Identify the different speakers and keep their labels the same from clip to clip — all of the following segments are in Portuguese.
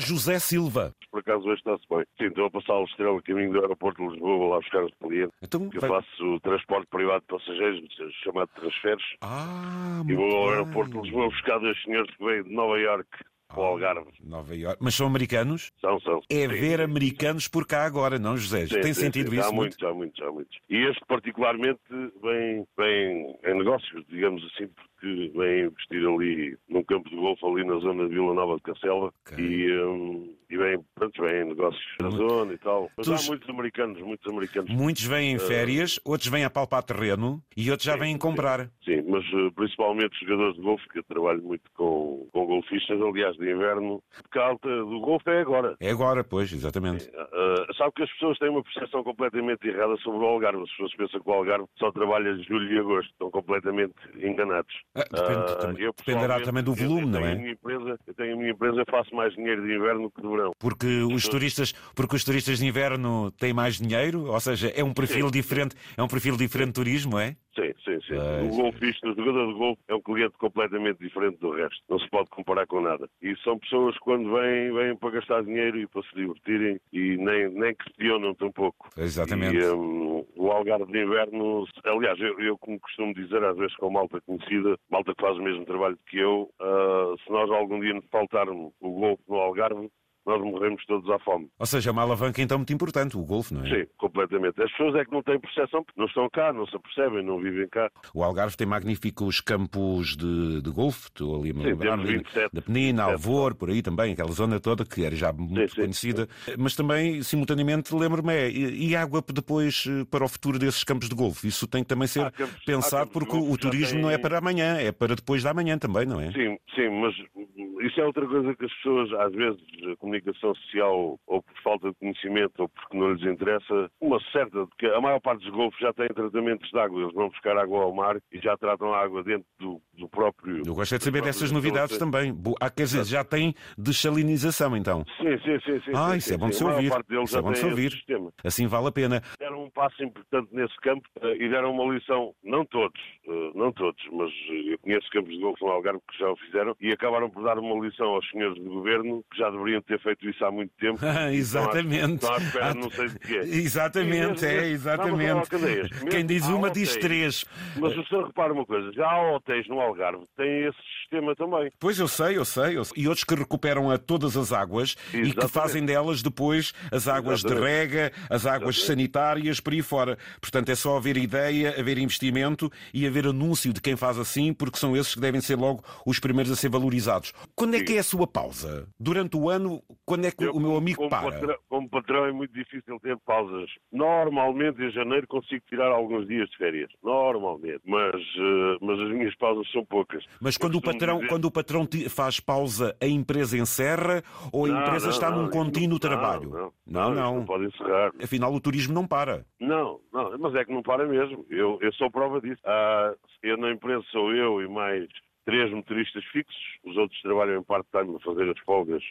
Speaker 1: José Silva.
Speaker 2: Por acaso hoje está-se bem. Sim, estou a passar o estrela a caminho do aeroporto de Lisboa, vou lá buscar os clientes.
Speaker 1: Então,
Speaker 2: Eu
Speaker 1: vai-
Speaker 2: faço transporte privado de passageiros, chamado transferes.
Speaker 1: Ah,
Speaker 2: E
Speaker 1: muito
Speaker 2: vou ao
Speaker 1: bem.
Speaker 2: aeroporto de Lisboa buscar dois senhores que vêm de Nova Iorque para o Algarve.
Speaker 1: Ah, Nova Iorque. Mas são americanos?
Speaker 2: São, são.
Speaker 1: É
Speaker 2: Sim.
Speaker 1: ver americanos por cá agora, não, José?
Speaker 2: Sim,
Speaker 1: Tem
Speaker 2: sim,
Speaker 1: sentido
Speaker 2: sim.
Speaker 1: isso?
Speaker 2: Há muitos, há muitos, há muitos. E este particularmente vem, vem em negócios, digamos assim, porque vem investir ali num campo de golfe ali na zona de Vila Nova de Cacela
Speaker 1: Ok.
Speaker 2: e, hum, e vem, pronto, vem em negócios na zona e tal. Mas
Speaker 1: Tu-
Speaker 2: há muitos americanos, muitos americanos.
Speaker 1: Muitos vêm em férias, outros vêm a palpar terreno e outros já vêm comprar.
Speaker 2: Sim, mas eh, principalmente jogadores de golfe, que eu trabalho muito com, com golfistas, aliás, de inverno, porque a alta do golfe é agora.
Speaker 1: É agora, pois, exatamente.
Speaker 2: Uh, sabe que as pessoas têm uma percepção completamente errada sobre o Algarve. As pessoas pensam que o Algarve só trabalha de julho e agosto. Estão completamente enganados.
Speaker 1: Ah, depende
Speaker 2: Ah,
Speaker 1: também-
Speaker 2: eu,
Speaker 1: dependerá também do
Speaker 2: pessoalmente, eu
Speaker 1: volume,
Speaker 2: tenho
Speaker 1: não
Speaker 2: a
Speaker 1: é?
Speaker 2: minha empresa- eu tenho a minha empresa, faço mais dinheiro de inverno que de verão.
Speaker 1: Porque os turistas, porque os turistas de inverno têm mais dinheiro, ou seja, é um perfil
Speaker 2: Sim.
Speaker 1: diferente, é um perfil diferente de turismo, é?
Speaker 2: Sim, sim, sim.
Speaker 1: Pois.
Speaker 2: O golfista, o jogador de golfe, é um cliente completamente diferente do resto. Não se pode comparar com nada. E são pessoas que quando vêm, vêm para gastar dinheiro e para se divertirem e nem, nem questionam tão pouco.
Speaker 1: Exatamente.
Speaker 2: E, hum, o Algarve de Inverno, aliás, eu, eu como costumo dizer às vezes com malta conhecida, malta que faz o mesmo trabalho que eu, ah, se nós algum dia nos faltar o golfe no Algarve, nós morremos todos à fome.
Speaker 1: Ou seja, é uma alavanca então muito importante, o golfe, não é?
Speaker 2: Sim, completamente. As pessoas é que não têm percepção, porque não estão cá, não se apercebem, não vivem cá.
Speaker 1: O Algarve tem magníficos campos de, de golfe, estou ali a me
Speaker 2: Sim,
Speaker 1: lembrar,
Speaker 2: temos
Speaker 1: ali
Speaker 2: 27,
Speaker 1: da Penina,
Speaker 2: 27.
Speaker 1: Alvor, por aí também, aquela zona toda que era já muito
Speaker 2: sim.
Speaker 1: conhecida, mas também, simultaneamente, lembro-me, é, e e água depois eh, para o futuro desses campos de golfe? Isso tem que também ser
Speaker 2: Há campos- há
Speaker 1: pensado,
Speaker 2: campos de
Speaker 1: porque
Speaker 2: golfe
Speaker 1: o
Speaker 2: que já
Speaker 1: turismo
Speaker 2: têm-
Speaker 1: não é para amanhã, é para depois da manhã também, não é?
Speaker 2: Sim, sim, mas hum, isso é outra coisa que as pessoas, às vezes, a comunicação social, ou por falta de conhecimento, ou porque não lhes interessa, uma certa, porque a maior parte dos golfos já têm tratamentos de água, eles vão buscar água ao mar e já tratam a água dentro do, do próprio.
Speaker 1: Eu gosto é de saber
Speaker 2: das
Speaker 1: dessas
Speaker 2: próprias
Speaker 1: novidades
Speaker 2: instalações.
Speaker 1: também. Bo- Ah, quer dizer, já tem dessalinização então.
Speaker 2: Sim, sim, sim. sim
Speaker 1: Ah,
Speaker 2: sim,
Speaker 1: isso
Speaker 2: sim,
Speaker 1: é bom de
Speaker 2: sim.
Speaker 1: se
Speaker 2: A maior
Speaker 1: ouvir.
Speaker 2: parte deles
Speaker 1: Isso
Speaker 2: já
Speaker 1: é bom de se
Speaker 2: tem esse
Speaker 1: ouvir.
Speaker 2: sistema.
Speaker 1: Assim vale a pena.
Speaker 2: deram um passo importante nesse campo eh, e deram uma lição, não todos, eh, não todos, mas eh, eu conheço campos de golfe no Algarve que já o fizeram e acabaram por dar uma lição aos senhores do governo que já deveriam ter feito isso há muito tempo.
Speaker 1: Ah, exatamente.
Speaker 2: Estão à, estão à espera,
Speaker 1: Ah,
Speaker 2: de não sei de quê. E
Speaker 1: Exatamente,
Speaker 2: mesmo-
Speaker 1: é,
Speaker 2: mesmo- não, mas
Speaker 1: exatamente.
Speaker 2: há cadeias. Mesmo
Speaker 1: Quem diz
Speaker 2: há
Speaker 1: uma diz
Speaker 2: hotéis.
Speaker 1: três.
Speaker 2: Mas o senhor repara uma coisa, já há hotéis no Algarve que têm esse sistema também.
Speaker 1: Pois eu sei, eu sei, eu sei. E outros que recuperam a todas as águas e que
Speaker 2: Exatamente.
Speaker 1: fazem delas depois as águas de
Speaker 2: Exatamente.
Speaker 1: rega, as águas sanitárias, por aí fora. Portanto, é só haver ideia, haver investimento e haver anúncio de quem faz assim, porque são esses que devem ser logo os primeiros a ser valorizados. Quando é que é a sua pausa? Durante o ano, quando é que
Speaker 2: Eu,
Speaker 1: o meu amigo
Speaker 2: como
Speaker 1: para?
Speaker 2: patrão- como patrão é muito difícil ter pausas. Normalmente em janeiro consigo tirar alguns dias de férias. Normalmente. Mas, eh, mas as minhas pausas são poucas.
Speaker 1: Mas
Speaker 2: Eu
Speaker 1: quando o
Speaker 2: costumo
Speaker 1: patrão,
Speaker 2: dizer-
Speaker 1: quando o patrão ti- faz pausa, a empresa encerra ou a
Speaker 2: Não,
Speaker 1: empresa
Speaker 2: não,
Speaker 1: está
Speaker 2: não,
Speaker 1: num
Speaker 2: isso não-
Speaker 1: contínuo
Speaker 2: não,
Speaker 1: trabalho?
Speaker 2: Não,
Speaker 1: não.
Speaker 2: isso
Speaker 1: não.
Speaker 2: pode encerrar.
Speaker 1: Afinal, o turismo não para.
Speaker 2: Não, não, mas é que não para mesmo. Eu, eu sou prova disso. Ah, eu na empresa sou eu e mais três motoristas fixos. Os outros trabalham em part-time a fazer as folgas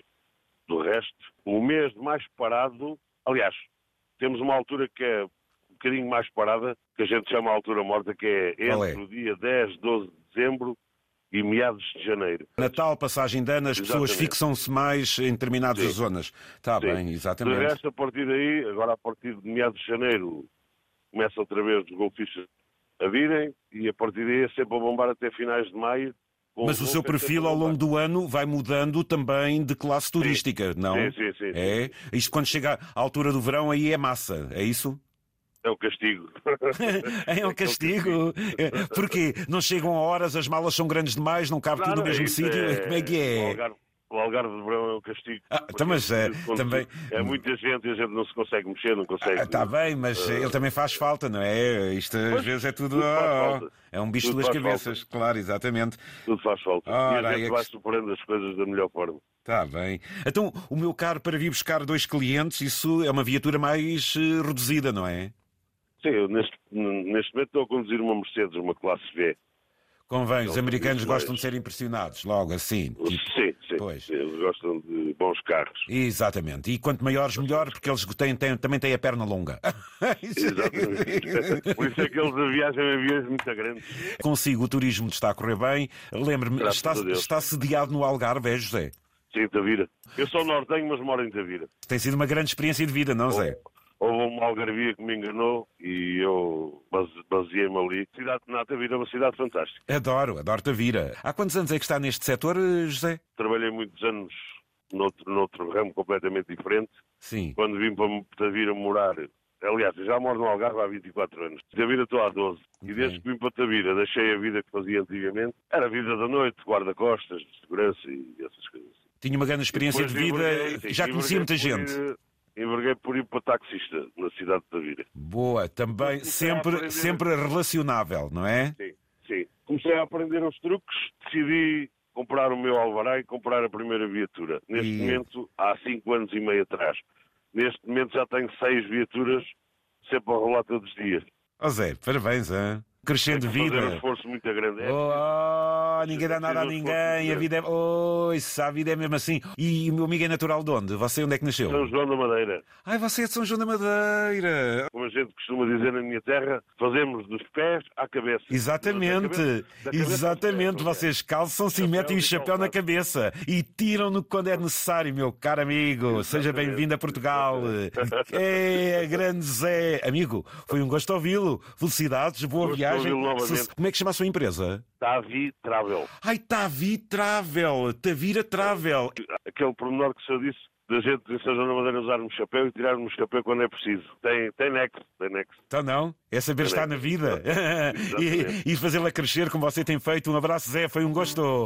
Speaker 2: do resto. O mês mais parado, aliás, temos uma altura que é um bocadinho mais parada, que a gente chama a altura morta, que é
Speaker 1: Qual é?
Speaker 2: entre o dia 10, 12 de dezembro e meados de janeiro.
Speaker 1: Natal, passagem de ano, as pessoas
Speaker 2: Exatamente.
Speaker 1: fixam-se mais em determinadas
Speaker 2: Sim.
Speaker 1: zonas. Está
Speaker 2: Sim.
Speaker 1: bem,
Speaker 2: De
Speaker 1: exatamente.
Speaker 2: resto, a partir daí, agora a partir de meados de janeiro, começa outra vez os golfistas a virem e a partir daí é sempre a bombar até finais de maio. com
Speaker 1: Mas o
Speaker 2: golfe
Speaker 1: seu
Speaker 2: é sempre
Speaker 1: perfil
Speaker 2: a
Speaker 1: ao
Speaker 2: bombar.
Speaker 1: longo do ano vai mudando também de classe turística, não?
Speaker 2: Sim, sim, sim.
Speaker 1: É? Isto quando chega à altura do verão aí é massa, é isso?
Speaker 2: É um castigo.
Speaker 1: É um
Speaker 2: Aquele
Speaker 1: castigo. É, Porquê? Não chegam a horas, as malas são grandes demais, não cabe tudo no
Speaker 2: Claro,
Speaker 1: mesmo
Speaker 2: isso
Speaker 1: sítio. Como é que
Speaker 2: O
Speaker 1: é?
Speaker 2: Algarve, o Algarve de verão é um castigo.
Speaker 1: Ah,
Speaker 2: Porque
Speaker 1: então, mas,
Speaker 2: é,
Speaker 1: eh, também-
Speaker 2: é muita gente e a gente não se consegue mexer, não consegue.
Speaker 1: Está Ah, tá bem, mas ele também faz falta, não é? Isto às
Speaker 2: Ah. Pois,
Speaker 1: vezes é tudo.
Speaker 2: tudo faz
Speaker 1: oh,
Speaker 2: falta.
Speaker 1: é um bicho de
Speaker 2: Tudo
Speaker 1: duas
Speaker 2: faz
Speaker 1: cabeças, claro, exatamente.
Speaker 2: Tudo faz falta. e
Speaker 1: Ora,
Speaker 2: a
Speaker 1: é
Speaker 2: gente
Speaker 1: que-
Speaker 2: vai superando as coisas da melhor forma.
Speaker 1: Está bem. Então, o meu carro para vir buscar dois clientes, isso é uma viatura mais eh, reduzida, não é?
Speaker 2: Sim, eu neste, neste momento estou a conduzir uma Mercedes, uma classe V.
Speaker 1: Convém, os
Speaker 2: Não,
Speaker 1: americanos
Speaker 2: isso
Speaker 1: gostam
Speaker 2: É um mais.
Speaker 1: de ser impressionados, logo assim. tipo.
Speaker 2: Sim, sim.
Speaker 1: Pois.
Speaker 2: Eles gostam de bons carros.
Speaker 1: Exatamente. E quanto maiores, melhor, porque eles têm- têm- também têm a perna longa.
Speaker 2: Exatamente. Por isso é que eles viajam em aviões muito grandes.
Speaker 1: Consigo, o turismo está a correr bem. Lembre-me,
Speaker 2: Graças
Speaker 1: está,
Speaker 2: a Deus.
Speaker 1: está sediado no Algarve, é José?
Speaker 2: Sim, em Tavira. Eu sou nortenho, mas moro em Tavira.
Speaker 1: Tem sido uma grande experiência de vida, não, Zé?
Speaker 2: Houve uma algarvia que me enganou e eu base- baseei-me ali. Cidade de Nata vira uma cidade fantástica.
Speaker 1: Adoro, adoro Tavira. Há quantos anos é que está neste setor, eh, José?
Speaker 2: Trabalhei muitos anos noutro, noutro ramo completamente diferente.
Speaker 1: Sim.
Speaker 2: Quando vim para Tavira morar, aliás, eu já moro no Algarve há 24 anos. Tavira estou há 12. E
Speaker 1: Uhum.
Speaker 2: desde que vim para Tavira, deixei a vida que fazia antigamente. Era a vida da noite, guarda-costas, de segurança e essas coisas.
Speaker 1: Tinha uma grande experiência de
Speaker 2: Depois
Speaker 1: vida,
Speaker 2: enverguei-
Speaker 1: já conhecia muita
Speaker 2: enverguei por
Speaker 1: gente.
Speaker 2: ir- Enverguei por ir para taxista na cidade de Tavira.
Speaker 1: Boa, também
Speaker 2: Comecei a
Speaker 1: sempre,
Speaker 2: aprender.
Speaker 1: sempre relacionável, não é?
Speaker 2: Sim, sim. Comecei a aprender os truques, decidi comprar o meu alvará e comprar a primeira viatura. Neste
Speaker 1: E-
Speaker 2: momento, há cinco anos e meio atrás. Neste momento já tenho seis viaturas, sempre a rolar todos os dias.
Speaker 1: Ó Zé, parabéns, hã? Crescendo
Speaker 2: Fazer um
Speaker 1: vida.
Speaker 2: esforço muito grande. É,
Speaker 1: Oh, ninguém dá
Speaker 2: preciso
Speaker 1: nada a
Speaker 2: um esforço
Speaker 1: ninguém, a
Speaker 2: muito
Speaker 1: vida é. Oh, isso, a vida é mesmo assim. E o meu amigo é natural de onde? Você onde é que
Speaker 2: São
Speaker 1: nasceu?
Speaker 2: João da Madeira.
Speaker 1: Ai, você é de São João da Madeira.
Speaker 2: Como a gente costuma dizer na minha terra, fazemos dos pés à cabeça. Da cabeça-
Speaker 1: Exatamente,
Speaker 2: da cabeça aos pés,
Speaker 1: exatamente.
Speaker 2: não é?
Speaker 1: Vocês calçam-se e
Speaker 2: Chapéu
Speaker 1: metem o
Speaker 2: e
Speaker 1: chapéu na
Speaker 2: calçado.
Speaker 1: cabeça e tiram-no quando é necessário, meu caro amigo. Seja
Speaker 2: Exatamente.
Speaker 1: bem-vindo a Portugal. É, grande Zé. Amigo, foi um gosto ouvi-lo. Felicidades, boa
Speaker 2: Gosto de
Speaker 1: viagem.
Speaker 2: ouvi-lo novamente.
Speaker 1: Se- Como é que chama a sua empresa?
Speaker 2: Tavi Travel.
Speaker 1: Ai, Tavi Travel, Tavira Travel.
Speaker 2: aquele pormenor que o senhor disse da gente em São João da Madeira usarmos chapéu e tirarmos chapéu quando é preciso. Tem, tem nexo, tem nexo.
Speaker 1: Então não, é saber estar na vida E- e, fazê-la crescer como você tem feito. Um abraço, Zé, foi um gosto.